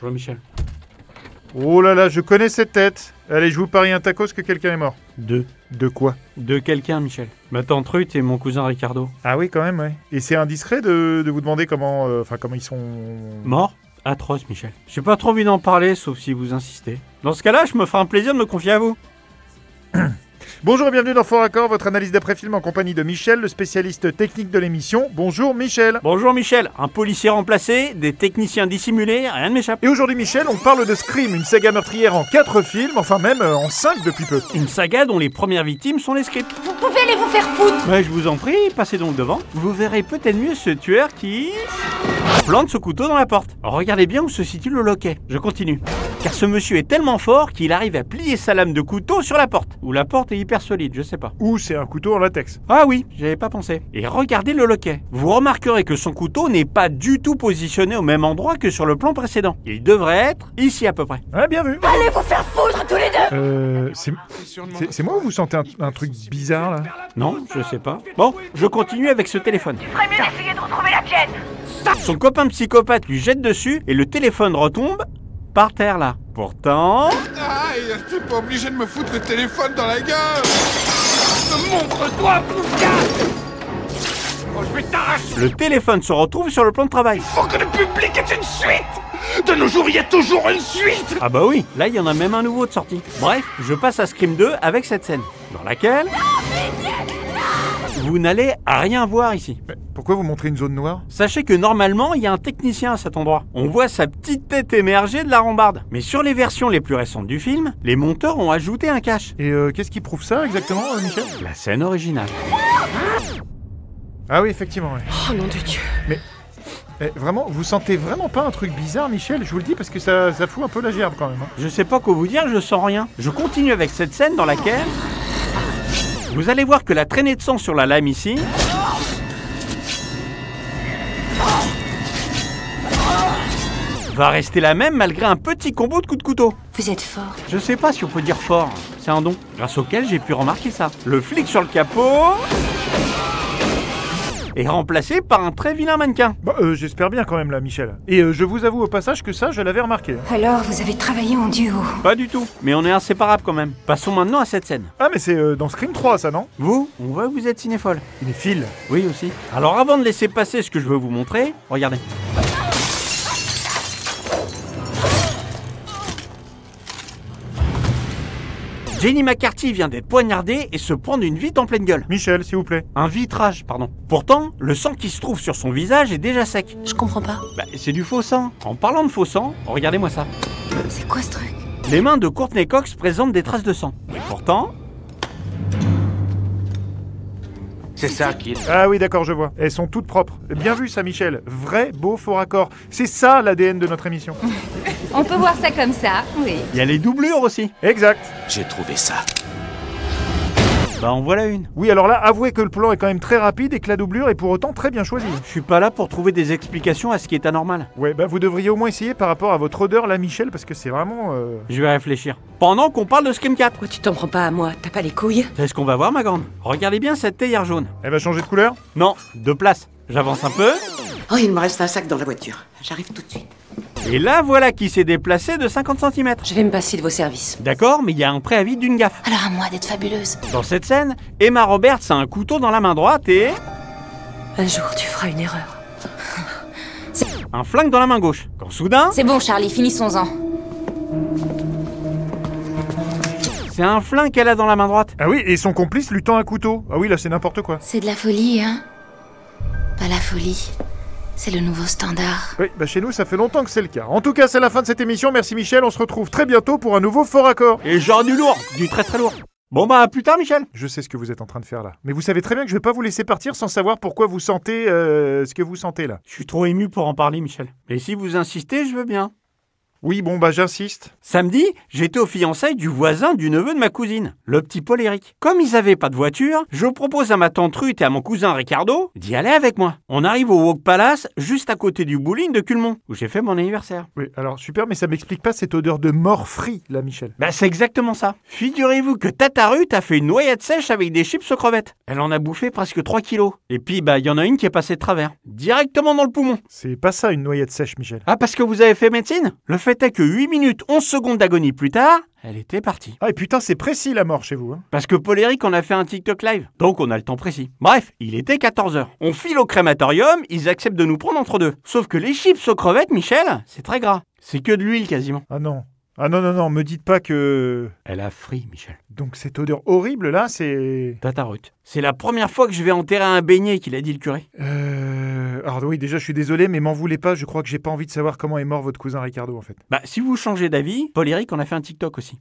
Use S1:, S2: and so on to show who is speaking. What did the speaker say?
S1: Jean-Michel.
S2: Oh là là, je connais cette tête. Allez, je vous parie un tacos que quelqu'un est mort.
S1: Deux.
S2: De quoi
S1: Deux quelqu'un, Michel. Ma tante Ruth et mon cousin Ricardo.
S2: Ah oui, quand même, ouais. Et c'est indiscret de, de vous demander comment, euh, enfin, comment ils sont.
S1: Mort Atroce, Michel. J'ai pas trop envie d'en parler, sauf si vous insistez. Dans ce cas-là, je me ferai un plaisir de me confier à vous.
S2: Bonjour et bienvenue dans Fort Accord, votre analyse d'après-film en compagnie de Michel, le spécialiste technique de l'émission. Bonjour Michel
S1: Bonjour, Michel. Un policier remplacé, des techniciens dissimulés, rien ne m'échappe.
S2: Et aujourd'hui, Michel, on parle de Scream, une saga meurtrière en 4 films, enfin même euh, en 5 depuis peu.
S1: Une saga dont les premières victimes sont les scripts.
S3: Vous pouvez aller vous faire foutre
S1: Ouais, je vous en prie, passez donc devant. Vous verrez peut-être mieux ce tueur qui. plante ce couteau dans la porte. Regardez bien où se situe le loquet. Je continue. Car ce monsieur est tellement fort qu'il arrive à plier sa lame de couteau sur la porte. Ou la porte est hyper solide, je sais pas.
S2: Ou c'est un couteau en latex.
S1: Ah oui, j'avais pas pensé. Et regardez le loquet. Vous remarquerez que son couteau n'est pas du tout positionné au même endroit que sur le plan précédent. Il devrait être ici à peu près.
S2: Ouais, bien vu
S3: Allez vous faire foutre tous les deux
S2: Euh. C'est c'est- c'est moi ou vous sentez un, un truc bizarre là
S1: Non, je sais pas. Bon, je continue avec ce téléphone.
S3: Très mieux d'essayer de retrouver la tienne
S1: Son copain psychopathe lui jette dessus et le téléphone retombe par terre là. Pourtant...
S4: Aïe, t'es pas Eh, obligé de me foutre le téléphone dans la gueule
S5: Montre-toi, Pouka Oh, je vais t'arracher
S1: Le téléphone se retrouve sur le plan de travail.
S5: Faut que le public ait une suite De nos jours, il y a toujours une suite
S1: Ah bah oui, là il y en a même un nouveau de sortie. Bref, je passe à Scream 2 avec cette scène, dans laquelle... Vous n'allez rien voir ici.
S2: Mais Pourquoi vous montrez une zone noire
S1: Sachez que normalement, il y a un technicien à cet endroit. On voit sa petite tête émerger de la rambarde. Mais sur les versions les plus récentes du film, les monteurs ont ajouté un cache.
S2: Et euh, qu'est-ce qui prouve ça exactement, euh, Michel
S1: La scène originale.
S2: Ah oui, effectivement, ouais.
S3: Oh nom de Dieu
S2: Eh, vraiment, vous sentez vraiment pas un truc bizarre, Michel Je vous le dis parce que ça, ça fout un peu la gerbe quand même. hein.
S1: Je sais pas quoi vous dire, je sens rien. Je continue avec cette scène dans laquelle. Vous allez voir que la traînée de sang sur la lame ici. va rester la même malgré un petit combo de coups de couteau.
S3: Vous êtes fort
S1: Je sais pas si on peut dire fort, c'est un don, grâce auquel j'ai pu remarquer ça. Le flic sur le capot. est remplacé par un très vilain mannequin.
S2: Bah, euh, j'espère bien quand même là, Michel. Et euh, je vous avoue au passage que ça, je l'avais remarqué. hein.
S3: Alors vous avez travaillé en duo
S1: Pas du tout, mais on est inséparables quand même. Passons maintenant à cette scène.
S2: Ah, mais c'est euh, dans Scream 3, ça, non
S1: Vous, on voit que vous êtes cinéphile.
S2: Les fils.
S1: Oui aussi. Alors avant de laisser passer ce que je veux vous montrer, regardez. Jenny McCarthy vient d'être poignardée et se prendre une vitre en pleine gueule.
S2: Michel, s'il vous plaît.
S1: Un vitrage, pardon. Pourtant, le sang qui se trouve sur son visage est déjà sec.
S3: Je comprends pas.
S1: Bah, c'est du faux sang. En parlant de faux sang, regardez-moi ça.
S3: C'est quoi ce truc
S1: Les mains de Courtney Cox présentent des traces de sang. Mais pourtant,
S5: C'est ça qui est...
S2: Ah oui, d'accord, je vois. Elles sont toutes propres. Bien vu ça, Michel. Vrai beau faux raccord. C'est ça l'ADN de notre émission.
S6: On peut voir ça comme ça, oui.
S1: il y a les doublures aussi.
S2: Exact.
S5: J'ai trouvé ça.
S1: Bah, en voilà une.
S2: Oui, alors là, avouez que le plan est quand même très rapide et que la doublure est pour autant très bien choisie.
S1: Je suis pas là pour trouver des explications à ce qui est anormal.
S2: Ouais, bah vous devriez au moins essayer par rapport à votre odeur là, Michel, parce que c'est vraiment. euh,
S1: Je vais réfléchir. Pendant qu'on parle de Scream 4,
S3: Pourquoi tu t'en prends pas à moi T'as pas les couilles
S1: c'est ce qu'on va voir, ma grande. Regardez bien cette théière jaune.
S2: Elle va changer de couleur
S1: Non, de place. J'avance un peu.
S7: Oh, il me reste un sac dans la voiture. J'arrive tout de suite.
S1: Et là, voilà qui s'est déplacé de 50 cm.
S7: Je vais me passer de vos services.
S1: D'accord, mais il y a un préavis d'une gaffe.
S3: Alors à moi d'être fabuleuse
S1: Dans cette scène, Emma Roberts a un couteau dans la main droite et
S3: Un jour tu feras une erreur.
S1: un flingue dans la main gauche. Quand soudain,
S6: C'est bon, Charlie, finissons-en.
S1: c'est un flingue qu'elle a dans la main droite.
S2: Ah oui, et son complice lui tend un couteau. Ah oui, là, c'est n'importe quoi.
S6: C'est de la folie, hein Pas la folie. C'est le nouveau standard.
S2: Oui, bah chez nous, ça fait longtemps que c'est le cas. En tout cas, c'est la fin de cette émission. Merci Michel, on se retrouve très bientôt pour un nouveau fort accord.
S1: Et genre du lourd, du très très lourd. Bon bah à plus tard Michel.
S2: Je sais ce que vous êtes en train de faire là. Mais vous savez très bien que je vais pas vous laisser partir sans savoir pourquoi vous sentez euh, ce que vous sentez là.
S1: Je suis trop ému pour en parler Michel. Mais si vous insistez, je veux bien.
S2: Oui, bon, bah j'insiste.
S1: Samedi, j'étais aux fiançailles du voisin du neveu de ma cousine, le petit Paul Eric. Comme ils n'avaient pas de voiture, je propose à ma tante Ruth et à mon cousin Ricardo d'y aller avec moi. On arrive au Walk Palace, juste à côté du bowling de Culmont, où j'ai fait mon anniversaire.
S2: Oui, alors super, mais ça m'explique pas cette odeur de mort frit là, Michel.
S1: Bah c'est exactement ça. Figurez-vous que Tata Ruth a fait une noyade sèche avec des chips aux crevettes. Elle en a bouffé presque 3 kilos. Et puis bah il y en a une qui est passée de travers, directement dans le poumon.
S2: C'est pas ça une noyade sèche, Michel.
S1: Ah parce que vous avez fait médecine Le fait fait est que 8 minutes 11 secondes d'agonie plus tard, elle était partie.
S2: Ah, et putain, c'est précis la mort chez vous. hein.
S1: Parce que Paul Eric en a fait un TikTok live, donc on a le temps précis. Bref, il était 14h. On file au crématorium, ils acceptent de nous prendre entre deux. Sauf que les chips aux crevettes, Michel, c'est très gras. C'est que de l'huile quasiment.
S2: Ah non. Ah non, non, non, me dites pas que.
S1: Elle a fri, Michel.
S2: Donc cette odeur horrible là, c'est.
S1: Tataroute. C'est la première fois que je vais enterrer un beignet, qu'il a dit le curé.
S2: Euh. Alors oui, déjà, je suis désolé, mais m'en voulez pas. Je crois que j'ai pas envie de savoir comment est mort votre cousin Ricardo en fait.
S1: Bah, si vous changez d'avis, Paul Eric en a fait un TikTok aussi.